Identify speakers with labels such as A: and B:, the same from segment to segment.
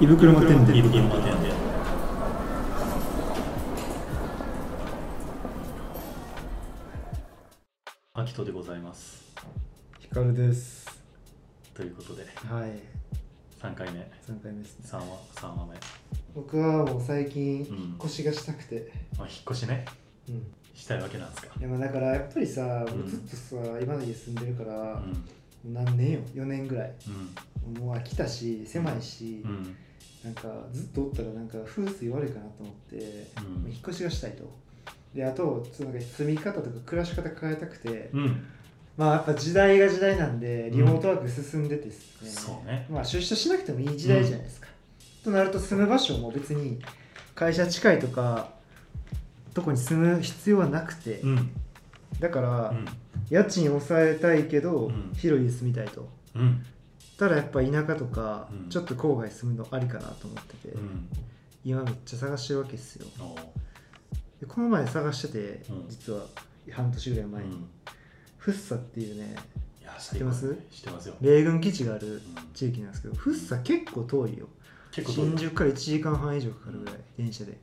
A: 胃袋も点で
B: イブキンマ店でアキトでございます
A: ヒカルです
B: ということで
C: はい、
B: 3回目
C: 3回目ですね。
B: 3話三話目、
C: 僕はもう最近、
B: うん
C: 引っ越しがしたくて、
B: まあ、引っ越しね
C: うん。い
B: したいわけなんですか
C: やまあだからやっぱりさ、
B: うん
C: もうずっとさ、今の家住んでるから、
B: う
C: も
B: ん
C: う何年よ、4年ぐらい。
B: うん
C: もう飽きたし、狭いし、
B: うん
C: なんかずっとおったらなんか風水悪いかなと思って、
B: うん
C: もう引っ越しがしたいと。で、あと、ちょっとなんか住み方とか暮らし方変えたくて、
B: うん
C: まあやっぱ時代が時代なんで、
B: ん
C: リモートワーク進んでてですね、
B: そうね
C: まあ出社しなくてもいい時代じゃないですか。となると住む場所も別に会社近いとかとこに住む必要はなくて、
B: うん
C: だから
B: うん
C: 家賃抑えたいけど、
B: うん
C: 広い家住みたいと。
B: うん
C: ただやっぱ田舎とか、
B: うん
C: ちょっと郊外住むのありかなと思ってて、
B: うん
C: 今めっちゃ探してるわけですよ
B: おー
C: でこの前探してて、
B: うん
C: 実は半年ぐらい前に、
B: うん
C: フッサっていうね
B: いや知
C: ってます
B: 知ってますよ、
C: 米軍基地がある
B: うん
C: 地域なんですけどフッサ結構遠いよ
B: 結構
C: 新
B: 遠い
C: 宿から1時間半以上かかるぐらい、電車で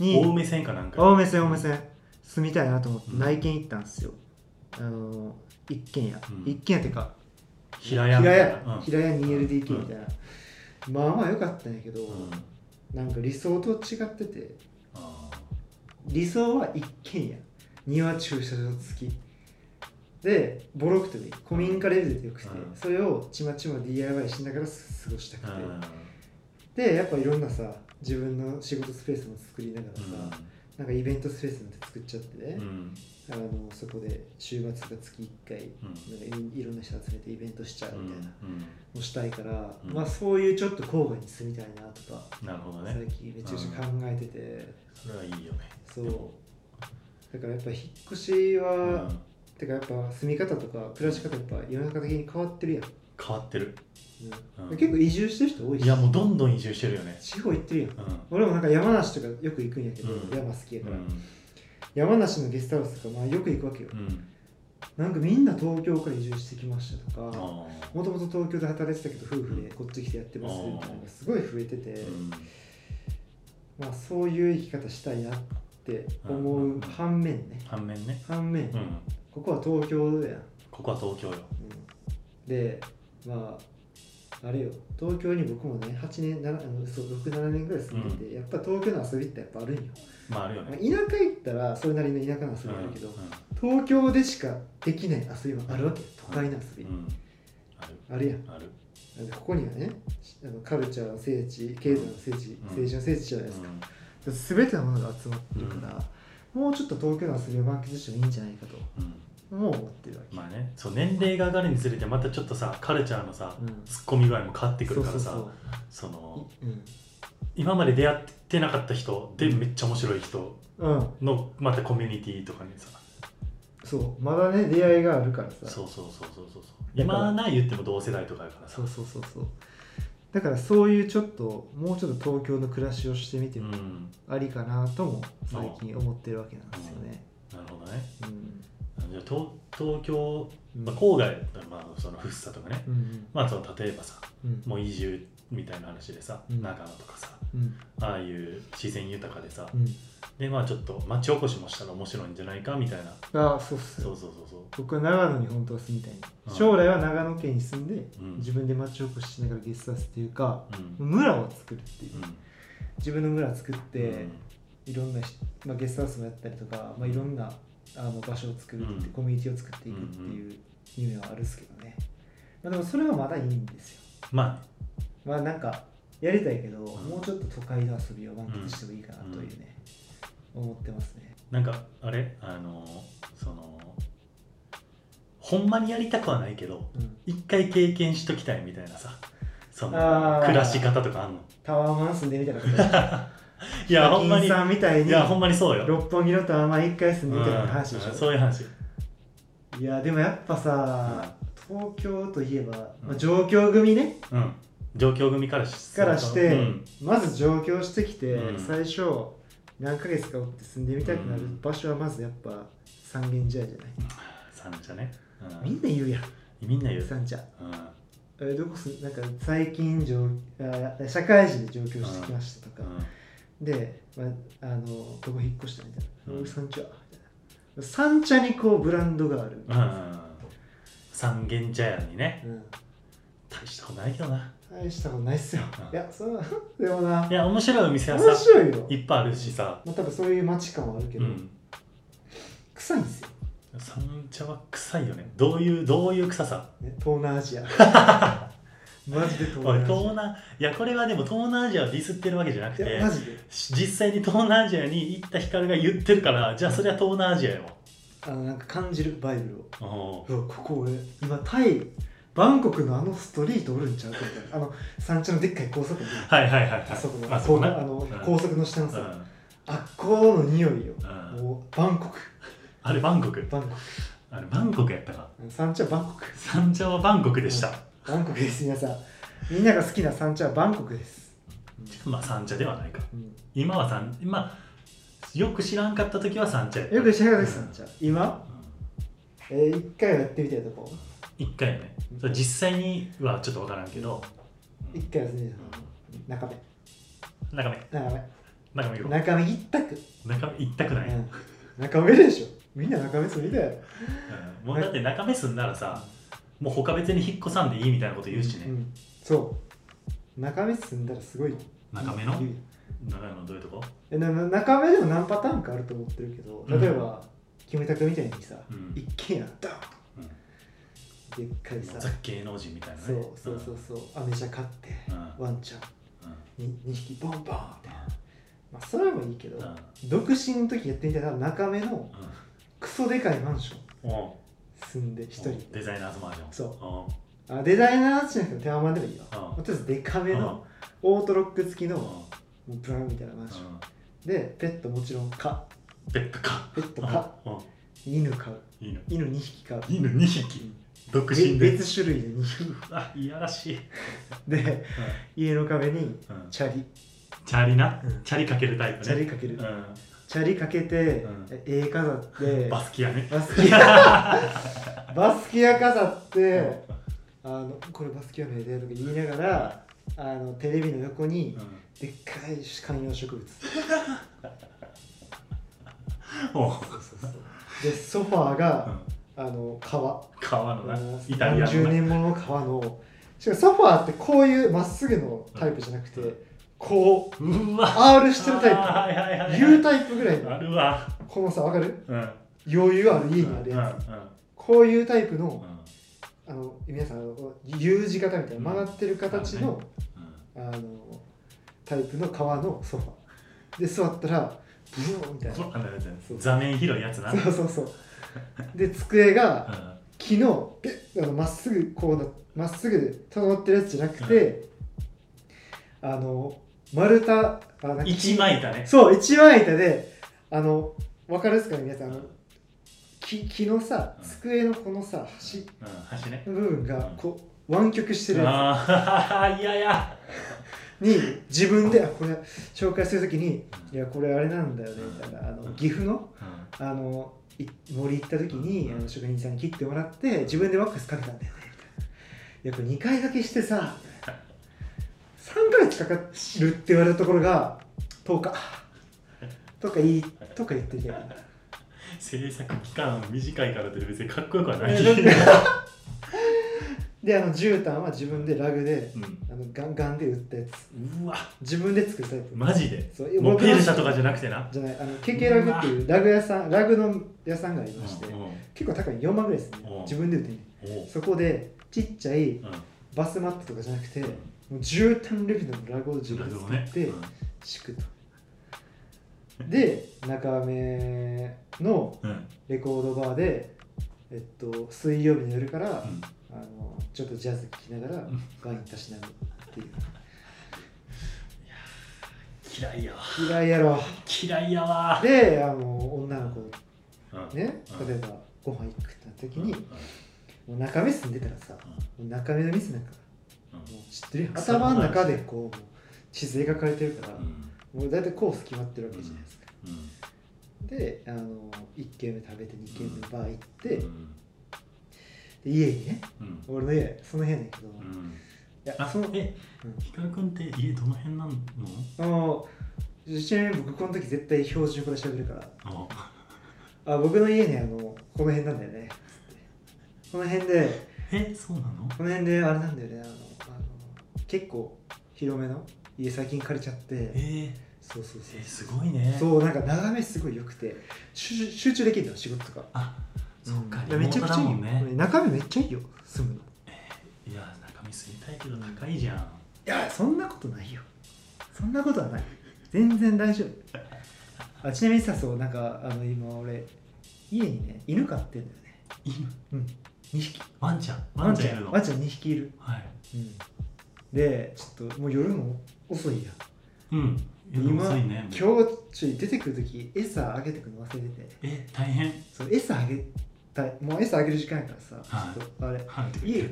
B: 青
C: に
B: 梅線かなんか
C: 青梅線青梅線住みたいなと思って
B: うん
C: 内見行ったんですよ、あの一軒家、
B: うん
C: 一軒家ってか
B: 平
C: 平
B: 屋みたいな
C: 屋平屋 2LDK みたいな、まあまあ良かったんやけど、
B: うん、うん、
C: なんか理想と違ってて
B: あ
C: 理想は一軒家庭駐車場付きでボロくてもいい古民家レベルでよくて、
B: うん
C: それをちまちま DIY しながら過ごしたくて、
B: ー
C: でやっぱいろんなさ自分の仕事スペースも作りながらさ、なんかイベントスペースなんて作っちゃってね
B: うんう、ん
C: あのそこで週末とか月1回
B: うん
C: なんかいいろんな人集めてイベントしちゃうみたいな
B: うん
C: のしたいから、
B: うん
C: まあそういうちょっと郊外に住みたいなとか、
B: うん、なるほどね
C: 最近めちゃくちゃ考えてて、
B: それはいいよね
C: そうだからやっぱ引っ越しは、
B: うん
C: てかやっぱ住み方とか暮らし方やっぱ世の中的に変わってるやん、
B: 変わってる
C: うん
B: うん
C: 結構移住してる人多いし
B: いやもうどんどん移住してるよね
C: 地方行ってるやん
B: うん
C: 俺もなんか山梨とかよく行くんやけど、
B: うん
C: 山好きや
B: う
C: から、
B: ん
C: 山梨のゲストハウスとかまあよく行くわけよ、
B: うん
C: なんかみんな東京から移住してきましたと
B: あ
C: か
B: ー
C: もともと東京で働いてたけど夫婦でこっち来てやってますみたいなのがすごい増えてて、
B: うん
C: まあそういう生き方したいなって
B: う
C: 思
B: ん
C: う反面ね
B: 反面ね
C: 反面、
B: うん
C: ここは東京やん、
B: ここは東京よ
C: うんでまああれよ東京に僕もね8年7あのそう67年ぐらい住んでて、やっぱ東京の遊びってやっぱあるんよ
B: まああるよ
C: まあ
B: ね
C: 田舎行ったらそれなりの田舎の遊びあるけど、東京でしかできない遊びもあるわけよ都会の遊び、
B: うんうんある
C: あるやん
B: ある
C: なんでここにはねあのカルチャーの聖地経済の聖地、
B: うん
C: 政治の聖地じゃないですか、全てのものが集まってるから、もうちょっと東京の遊びを満喫してもいいんじゃないかと
B: うんうん
C: もう思ってるわけ、
B: まあねそう年齢が上がるにつれてまたちょっとさカルチャーのさ
C: うん
B: ツッコミ具合も変わってくるから
C: そ
B: さ
C: う
B: その
C: そうそうい
B: 今まで出会ってなかった人でめっちゃ面白い人
C: うん、うん、
B: のまたコミュニティとかにさ
C: そうまだね出会いがあるからさ
B: そうそうそうそうそうそう
C: だから
B: 今な言っても同世代とかやからさ
C: そうそうそうそうだからそういうちょっともうちょっと東京の暮らしをしてみて
B: うん
C: も
B: な
C: ありかなとも最近思ってるわけなんですよね
B: るほどね
C: うん
B: じゃあ東東京、
C: うん
B: まあ、郊外、まあ、そのフッサとかね、
C: うん
B: まあその例えばさ
C: うん
B: もう移住みたいな話でさ、
C: うん
B: 長野とかさ
C: うん
B: ああいう自然豊かでさ、
C: うん
B: でまあちょっと町おこしもしたら面白いんじゃないかみたいな、
C: ああそうっす
B: そう
C: よ
B: そうそうそ
C: 僕は長野に本当は住みたい
B: うん
C: 将来は長野県に住んで
B: うん
C: 自分で町おこししながらゲストハウスっていうか
B: ううん
C: 村を作るっていう
B: うん
C: 自分の村作っ
B: う
C: て
B: ん
C: いろんなし、まあ、ゲストハウスもやったりとか、まあ、いろんなあの場所を作るって、
B: うん
C: コミュニティを作っていくっていう夢はあるんですけどね、まあ、でもそれはまだいいんですよ
B: まあ
C: まあなんかやりたいけど、
B: ん
C: もうちょっと都会の遊びを満喫してもいいかなというね、思ってますね
B: なんかあれあのそのほんまにやりたくはないけど
C: うん
B: 一回経験しときたいみたいなさその
C: あー
B: 暮らし方とかあんの
C: タワーマン住んでみたいなこと
B: いやほんまに
C: ヒカキンさんみたい
B: い
C: に
B: やほんまにそうよ
C: 六本木のタワーマン一回住んでみたいな話でし
B: うん
C: ょ、
B: そういう話
C: いやでもやっぱさ、東京といえば、まあ、上京組ね、
B: うん上京組からし
C: からして、
B: うん
C: まず上京してきて、
B: うん
C: 最初何ヶ月かおって住んでみたくなる場所はまずやっぱ三軒茶屋じゃない、
B: 三茶ね、うん
C: みんな言うやん
B: みんな言う、
C: 三茶
B: うん、
C: えどこすなんか最近上あ社会人で上京してきましたとか、で、まあ、あのどこ引っ越したみたいな「
B: うん
C: 俺三茶」みたいな三茶にこうブランドがある、
B: うんうん三軒茶屋にね
C: うん
B: 大したことないけどな
C: 大したことないっすよ、
B: う
C: い
B: ん
C: やそうでもない
B: や面白いお店は
C: 面
B: さ
C: 白いよ
B: いっぱいあるしさ
C: まあ多分そういう街感はあるけ
B: う
C: ど、
B: ん
C: 臭いんですよ、
B: 三茶は臭いよねどういうどういう臭さ
C: ね、東南アジア マジで東
B: 俺
C: 南アジ
B: 東
C: ア
B: 南いやこれはでも東南アジアをディスってるわけじゃなく
C: い
B: て
C: やマジで
B: 実際に東南アジアに行った光が言ってるからじゃあそれは東南アジアよ
C: あのなんか感じるバイブルを
B: お
C: うわここ俺今タイバンコクのあのストリートおるんちゃうかみたいなあの三茶のでっかい高速の
B: はいはいはいはい
C: あそこの
B: あ
C: あ
B: そこな
C: あの
B: うん
C: 高速の下の
B: う
C: さ、
B: ん
C: あっこの匂いよ、
B: うん
C: もうバンコク
B: あれバンコク
C: バンコ
B: あれバンコクやったか
C: ク三茶バンコク
B: 三茶はバンコクでした、
C: バンコクです皆さんみんなが好きな三茶はバンコクです、
B: まあ三茶ではないか
C: うん
B: 今は三まあよく知らんかった時は三茶やった
C: よく知らないです三茶今
B: うん
C: えー、一回はやってみたいとこ
B: 一回やねそれ実際にはちょっとわからんけど
C: 一回はやってみたいとこ中
B: 中目
C: 目中
B: 中目行
C: 目
B: こ
C: 中目一択、
B: う中目行ったくない、
C: うん、中目でしょみんな中目それだよ
B: うんもうだって中目すんならさもう他別に引っ越さんでいいみたいなこと言うしね、
C: んそう中目住んだらすごい
B: 中目の
C: いい
B: 中目のどういうとこ
C: えなな中目でも何パターンかあると思ってるけど
B: うん
C: 例えば、キムタクみたいにさ、
B: うん
C: 一軒家ドー
B: うん
C: ンでっかいさ
B: ザ芸能人みたいなね
C: そうそうそうそうアメ車買って、
B: うん
C: ワンちゃん
B: う
C: に2匹ボンボンみたいなまあそれもいいけど、
B: んうん
C: 独身の時やってみたら中目のクソでかいマンション
B: うんお
C: 住んで一人
B: デザイナーズマージョン
C: そう
B: お
C: あデザイナーじゃなくても手間でもいいよ
B: うん
C: まあとりあえずでかめのオートロック付きのも
B: う
C: うブラウンみたいなマンション
B: ん
C: でペットもちろん飼
B: ペットか
C: ペット飼
B: うん
C: 犬飼う
B: いいの
C: 犬2匹飼う
B: 犬2匹独身
C: べ
B: で
C: 別種類で2匹
B: あいやらしい
C: で家の壁に
B: うんうん
C: チャリ
B: チャリな
C: うん
B: チャリかけるタイプね
C: チャリかける、
B: うん
C: チャリかけて
B: うん
C: 絵飾って
B: バスキアね
C: バスキアバスキア飾ってあのこれバスキア名だよとか言いながらあのテレビの横に
B: うん
C: でっかい観葉植物
B: お
C: でソファー
B: う
C: が、
B: ん
C: あの革
B: 川のなイタリア
C: 10
B: のな
C: 年ものの革のしかもソファーってこういうまっすぐのタイプじゃなくて、こう
B: うわ
C: R してるタ
B: はいはいはいは
C: イ
B: い
C: プ U タイプぐらい
B: あ
C: の
B: るわ
C: このさわかる
B: うん
C: 余裕ある家にあるやつこういうタイプ
B: うん
C: の
B: うんうん
C: あの皆さんあの U 字型みたいな曲がってる形の、
B: うん
C: あのタイプの革のソファーで座ったらブローみたいな
B: こあの座面広いやつな。
C: そうそうそうで机が、
B: うん
C: 木のピュッあのまっすぐこうなまっすぐで整ってるやつじゃなくて、あの丸太あなんか
B: 一枚板ね。
C: そう一枚板であのわかるですかね皆さんあの木木のさ
B: うん
C: 机のこのさ端
B: うん、端ね。
C: の部分がこう湾曲してるや
B: ああ、いやいや。
C: つに自分であこれ紹介するときに「いやこれあれなんだよね」みたいなあ
B: う
C: の
B: ん
C: 岐阜の
B: うん
C: あのい森行った時に
B: うん
C: あの職人さんに切ってもらって自分でワックスかけたんだよねみたいな「いやこれ2回掛けしてさ3ヶ月かかる」って言われたところが10日とかいいとか言ってて
B: 制作期間短いからって別にかっこよくはない。
C: え
B: う
C: だっ
B: ん
C: てであの絨毯は自分でラグであのガンガンで売ったやつ
B: うわ、
C: 自分で作るタイプ
B: マジで。
C: そう
B: もうペルシャ
C: 僕
B: と
C: の
B: かじゃなくてな。
C: じゃないあの KK ラグっていうラグ屋さんラグの屋さんがありまして
B: うんうん
C: 結構高い4万ぐらいですね
B: うん
C: 自分で売ってね
B: おう
C: そこでちっちゃい
B: うん
C: バスマットとかじゃなくてもう絨毯レベルのラグを自
B: な
C: 分
B: る
C: で
B: ほ
C: 作
B: どね
C: っ
B: う
C: て敷くと、で中目の
B: んうん
C: レコードバーでえっと水曜日の夜から、
B: うん
C: あのちょっとジャズ聴きながら
B: ん
C: ワインたしなむっていう
B: 嫌いやわ。
C: 嫌いやろ
B: 嫌いやわ。
C: であの女の子
B: うん
C: ね
B: うん
C: 例えばご飯行くってなった時
B: うん
C: に
B: うん
C: もう中目住んでたらさもう中目の店なんか
B: うん
C: もう知ってるよ頭の中でこう地図描かれてるから、
B: うん
C: もう大体コース決まってるわけじゃないですか、
B: うん
C: であの1軒目食べて2軒目バー行って、
B: うん
C: で家にね
B: うん
C: 俺の家その部屋なんやけど、
B: う
C: い
B: ん
C: や
B: あ
C: その
B: え
C: うん
B: ヒカルくんって家どの辺なの
C: あのちなみに僕この時絶対標準語で喋るから
B: あ
C: あ僕の家ねあのこの辺なんだよねつってこの辺で
B: えそうなの
C: この辺であれなんだよねあのあの結構広めの家最近借りちゃって
B: えー
C: そうそうそう
B: えすごいね
C: そうなんか眺めすごい良くて集集中できるの仕事とか
B: あそっか
C: ん
B: リモ
C: めちゃ
B: ー
C: く
B: ト
C: ちゃ
B: だ
C: いい
B: も
C: よ、
B: んね
C: 中身めっちゃいいよ住むのい
B: いや中身住みたいけど高いじゃん
C: やそんなことないよそんなことはない全然大丈夫あちなみにさそうなんかあの今俺家にね犬飼ってんだよね
B: 犬
C: うん2匹
B: ワンちゃんワンちゃんいるの
C: ワンちゃん2匹いる、
B: はい
C: うん、でちょっともう夜も遅いや
B: うん夜遅いねもう
C: 今日ちょい出てくる時餌あげてくの忘れてて
B: え大変
C: そう餌あげたいもう餌あげる時間やからさ、
B: はい
C: ちょっとあれ
B: はい
C: 家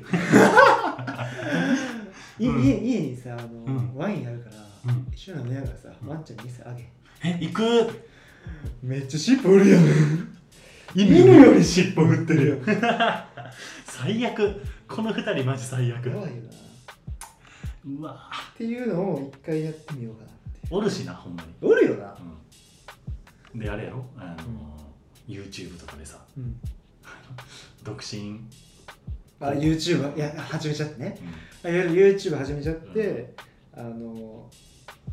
C: い
B: うん
C: 家家にさあの、
B: ん
C: ワインあるから、
B: うん
C: 一緒に飲みながらさ
B: うん
C: ワンちゃんに餌あげ
B: え行く
C: めっちゃ尻尾おるやん犬より尻尾振ってるよ
B: 最悪この二人マジ最悪
C: やばいよなっ
B: うわ
C: ていうのを一回やってみようかなって
B: おるしなほんまに
C: おるよな、
B: うんであれやろあのー YouTube とかでさ
C: うん、
B: 独身
C: あ YouTube いや始めちゃってね
B: う
C: い
B: ん
C: わゆる YouTube 始めちゃって、あの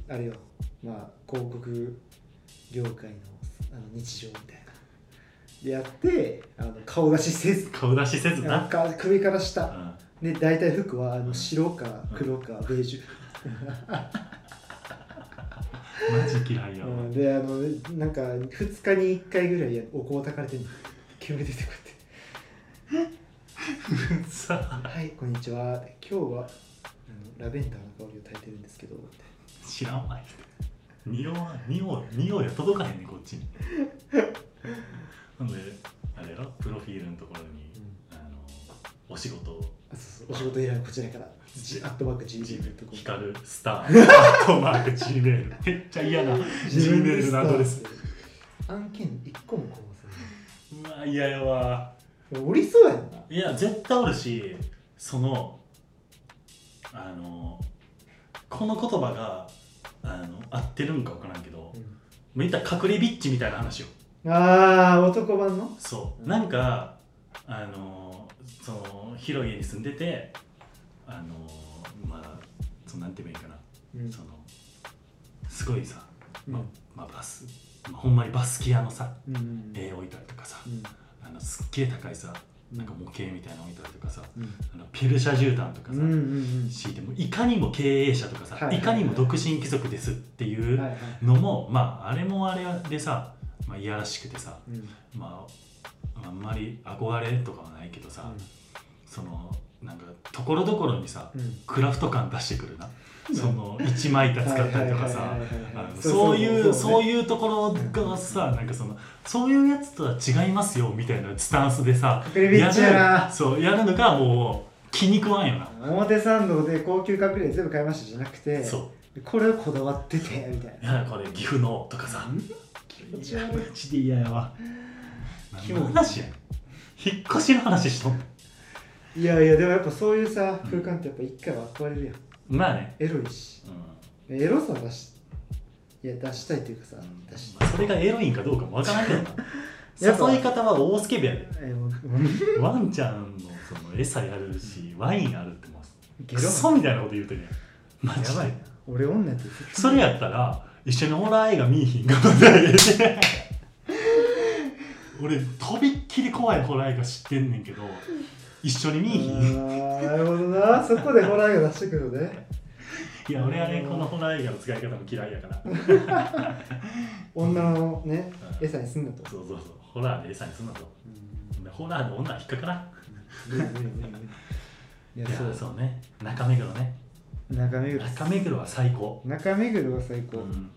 C: あれよまあ広告業界のあの日常みたいなでやってあの顔出しせず
B: 顔出しせず
C: なん
B: な
C: か首から
B: う
C: 下
B: ん
C: で大体服はあ
B: う
C: の
B: ん
C: 白か黒かベージ
B: マジ嫌い
C: ュ、
B: や
C: う
B: わ
C: ん、であのなんか2日に1回ぐらいお香たかれてるの煙出てくって
B: さ
C: 「はいこんにちは今日はあのラベンダーの香りを焚いてるんですけど」
B: 知らんわい匂い匂い匂いは届かへんねこっ ちにほんであれやろプロフィールのところに、あのお仕事を
C: あそうそうお仕事依頼はこちらから
B: じ
C: アットマーク GG のとこ
B: 光るスター アットマーク G メールめっちゃ嫌な G メールのアドレス
C: 案件1個もこぼさ
B: うわ嫌やわ
C: ないおりそうやんない
B: や絶対おるしそのあのこの言葉があの合ってるんか分からんけど見たら隠れビッチみたいな話を
C: ああ男版の
B: そう、
C: うん
B: なんかあのーその広い家に住んでてあのーまあそのなんて言えばいいか
C: うん
B: なそのすごいさ、
C: うん
B: ままあバス、まあほんまにバスキアのさ
C: うんうん
B: 絵置いたりとかさ
C: うん
B: あのすっげえ高いさなんか模型みたいなの置いたりとかさ
C: うん
B: あのペルシャ絨毯とか
C: う
B: さ、
C: んうん
B: 敷いてもいかにも経営者とかさ、
C: はい
B: い
C: はいはい
B: かにも独身貴族ですって
C: う
B: い
C: んはいうはい
B: のも、まああれもあれでさ、まあ、いやらしくてさ、
C: うん
B: まあ、あんまり憧れとかはないけどさ、そのなんかところどころにさ
C: うん
B: クラフト感出してくるな、
C: うん
B: その一枚板使ったりとかさ
C: はいはいはいはい
B: あ
C: はい
B: のそういうそ
C: う
B: ういうところがさなんかそのそういうやつとは違いますよみたいなスタンスでさ
C: 隠れビッチや
B: や
C: な
B: るそうやるのがもう気に食わんよな、
C: 表参道で高級隠れ全部買いましたじゃなくて
B: そ
C: これをこだわっててみたいう
B: い
C: な
B: やこれ岐阜のとかさ
C: 気
B: いや
C: 持
B: マ
C: ち悪い
B: ジで嫌やわ
C: 気持ち悪い
B: 何の話やねん引っ越しの話しとんの
C: いやいやでもやっぱそういうさ空間ってやっぱ一回は憧れるやん
B: まあね、
C: エロいし
B: うん
C: エロさ出しいや出したいというかさ出し
B: それがエロいんかどうかもわ からんけどな
C: やっぱ
B: 誘い方は大スケベやで
C: えもう
B: ワンちゃんのその餌やるしワインあるってもう
C: ゲ
B: ク
C: ロ
B: ソみたいなこと言うてるやんマジ
C: やばい
B: で
C: な俺女って
B: それやったら一緒にホラー映画見いひんかもしれん 俺とびっきり怖いホラー映画知ってんねんけど一緒に見いひん
C: あーなるほどなそこでホラー映画出してくるのね
B: いや俺はねこのホラー映画の使い方も嫌いやから
C: 女のね
B: うん
C: 餌にすんだと
B: そうそうそうホラーで餌にすんなとでホラーで女は引っかからん
C: 無理無理無理無理い
B: い
C: や
B: や
C: そう
B: そうね中目黒ね
C: 中目黒
B: 中目黒は最高
C: 中目黒は最高
B: うん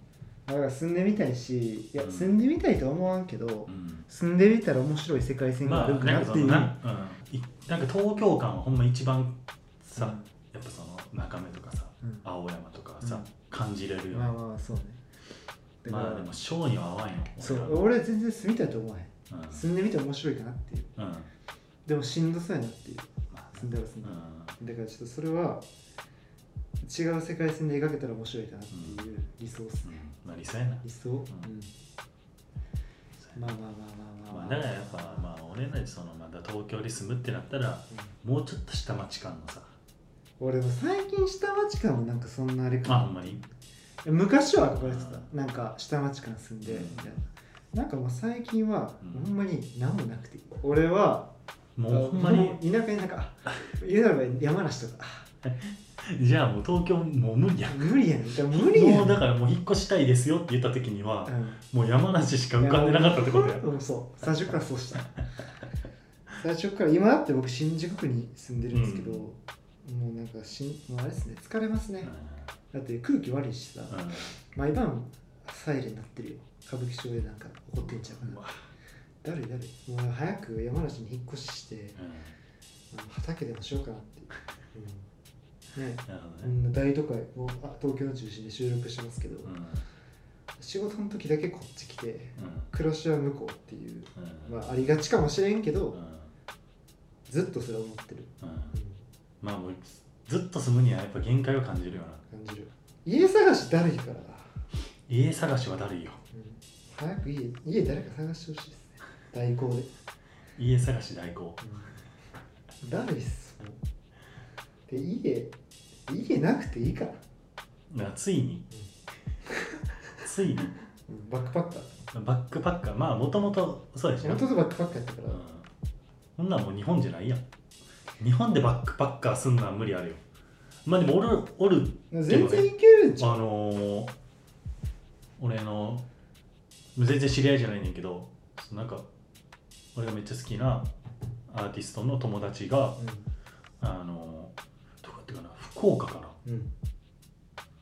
C: だから住んでみたいしいや
B: うん
C: 住んでみたいとは思わんけど
B: うん
C: 住んでみたら面白い世界線が
B: ま
C: あ
B: あ
C: るか
B: な
C: なん
B: か
C: っ
B: そ
C: てい
B: の
C: う
B: な,、うん、いなんか東京間はほんま一番さ、
C: うん
B: やっぱその中目とかさ
C: うん
B: 青山とかさ、
C: うん
B: 感じれるよね
C: まあまあそうねだから
B: まあでもショーには合わんよ
C: そ
B: 俺ら
C: う俺は全然住みたいと思わへん
B: うん
C: 住んでみて面白いかなっていう
B: うん
C: でもしんどそうやなっていう
B: まあ
C: 住んだら住ん
B: う
C: だら
B: ん
C: だからちょっとそれは違う世界線で描けたら面白いかなっていう理想っす
B: うん
C: ね、
B: まあ理想やな
C: 理想、うんまあまあまあまあま
B: ま
C: あ
B: あ、だからやっぱ、まあ、俺らにそのまだ東京に住むってなったら
C: うん
B: もうちょっと下町感のさ
C: 俺も最近下町感もなんかそんなあれ
B: あ
C: か
B: ほんまに
C: 昔は憧れて
B: う
C: たなんか下町感住んで
B: うん
C: みたいななんかもう最近は
B: うん
C: ほんまに何もなくていい俺は
B: もう
C: もう
B: ほんまに
C: 田舎になんかあ言うならば山梨とか
B: じゃあもう東京もう無理や
C: あ無理やねんだから無理やね
B: も
C: ん
B: うだからもう引っ越したいですよって言った時には、
C: うん
B: もう山梨しか浮かんでなかったってことや
C: うんそう最初からそうした最初から今だって僕新宿区に住んでるんですけど、
B: うん
C: もうなんかしんもうあれですね疲れますね、
B: うん
C: だって空気悪いしさ、毎晩サイレン鳴ってるよ歌舞伎町でなんか怒ってんちゃうか
B: うん
C: な、誰誰もう早く山梨に引っ越しして
B: うん
C: あの畑でもしようかなって、うんね
B: なるほ
C: こ
B: どね
C: んな大都会もうあ東京の中心で収録してますけど、
B: うん
C: 仕事の時だけこっち来て
B: うん
C: 暮らしは向こうっていう
B: うん
C: まあ、ありがちかもしれんけど、
B: うん
C: ずっとそれは思ってる、
B: うんまあもうずっと住むにはやっぱ限界を感じるよな
C: 感じる家探しだるいから、
B: 家探しはだるいよ
C: うん早く家家誰か探してほしいですね代行で、
B: 家探し代行
C: だるいっすもうで家家なくていいから、
B: だからついについに
C: うんバックパッカー
B: バックパッカーまあもともとそうでしょ、
C: 本
B: うん、
C: 当とバックパッカーやったから、
B: そんなんもう日本じゃないやん日本でバックパッカーすんのは無理あるよまあでもおるおる
C: 全然いけるん
B: あ
C: じゃん、
B: のー、俺の全然知り合いじゃないねんけどなんか俺がめっちゃ好きなアーティストの友達があのー、どこやってかな福岡か
C: うんうん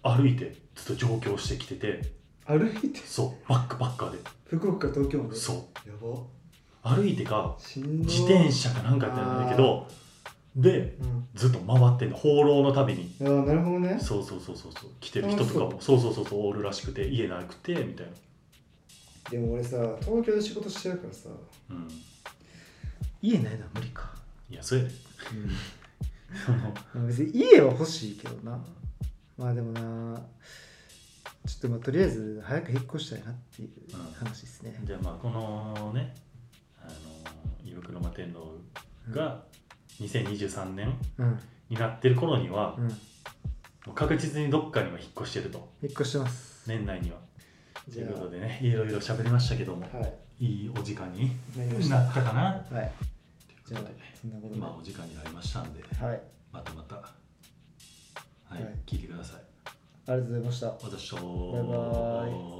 B: ら歩いてずっと上京してきてて
C: 歩いて
B: そうバックパッカーで
C: 福岡から東京まで
B: そう
C: やば
B: 歩いてか
C: しんど
B: 自転、車かなんかやったんだけどで
C: うん、
B: ずっと回ってんの放浪のたびに
C: あーなるほどね
B: そうそうそうそうそう来てる人とか
C: あ
B: もそうそうそうそうおるらしくて家なくてみたいな
C: でも俺さ東京で仕事してるからさ
B: うん
C: 家ないのは無理か、
B: いやそれその
C: まあ別に家は欲しいけどなまあでもなちょっとまあとりあえず早く引っ越したいなっていう話ですね、
B: じゃあまあこのねあの岩黒摩天皇
C: うん、
B: が2023年
C: うんうん
B: になってる頃には
C: 引っ
B: もう確実にどっかには引っ越してると
C: 越してます
B: 年内にはと
C: じ
B: い
C: ゃ
B: うことでねいろいろ喋りましたけども
C: あはい
B: いいお時間に
C: なりました
B: なったかな
C: はい
B: と
C: じ
B: いう
C: ゃ
B: こ
C: あ
B: とで
C: そんなことで
B: まあ
C: は
B: お時間になりましたんで
C: いあり
B: またまたはい、
C: はい
B: 聞いてください
C: がとうございました
B: 私と
C: バイバ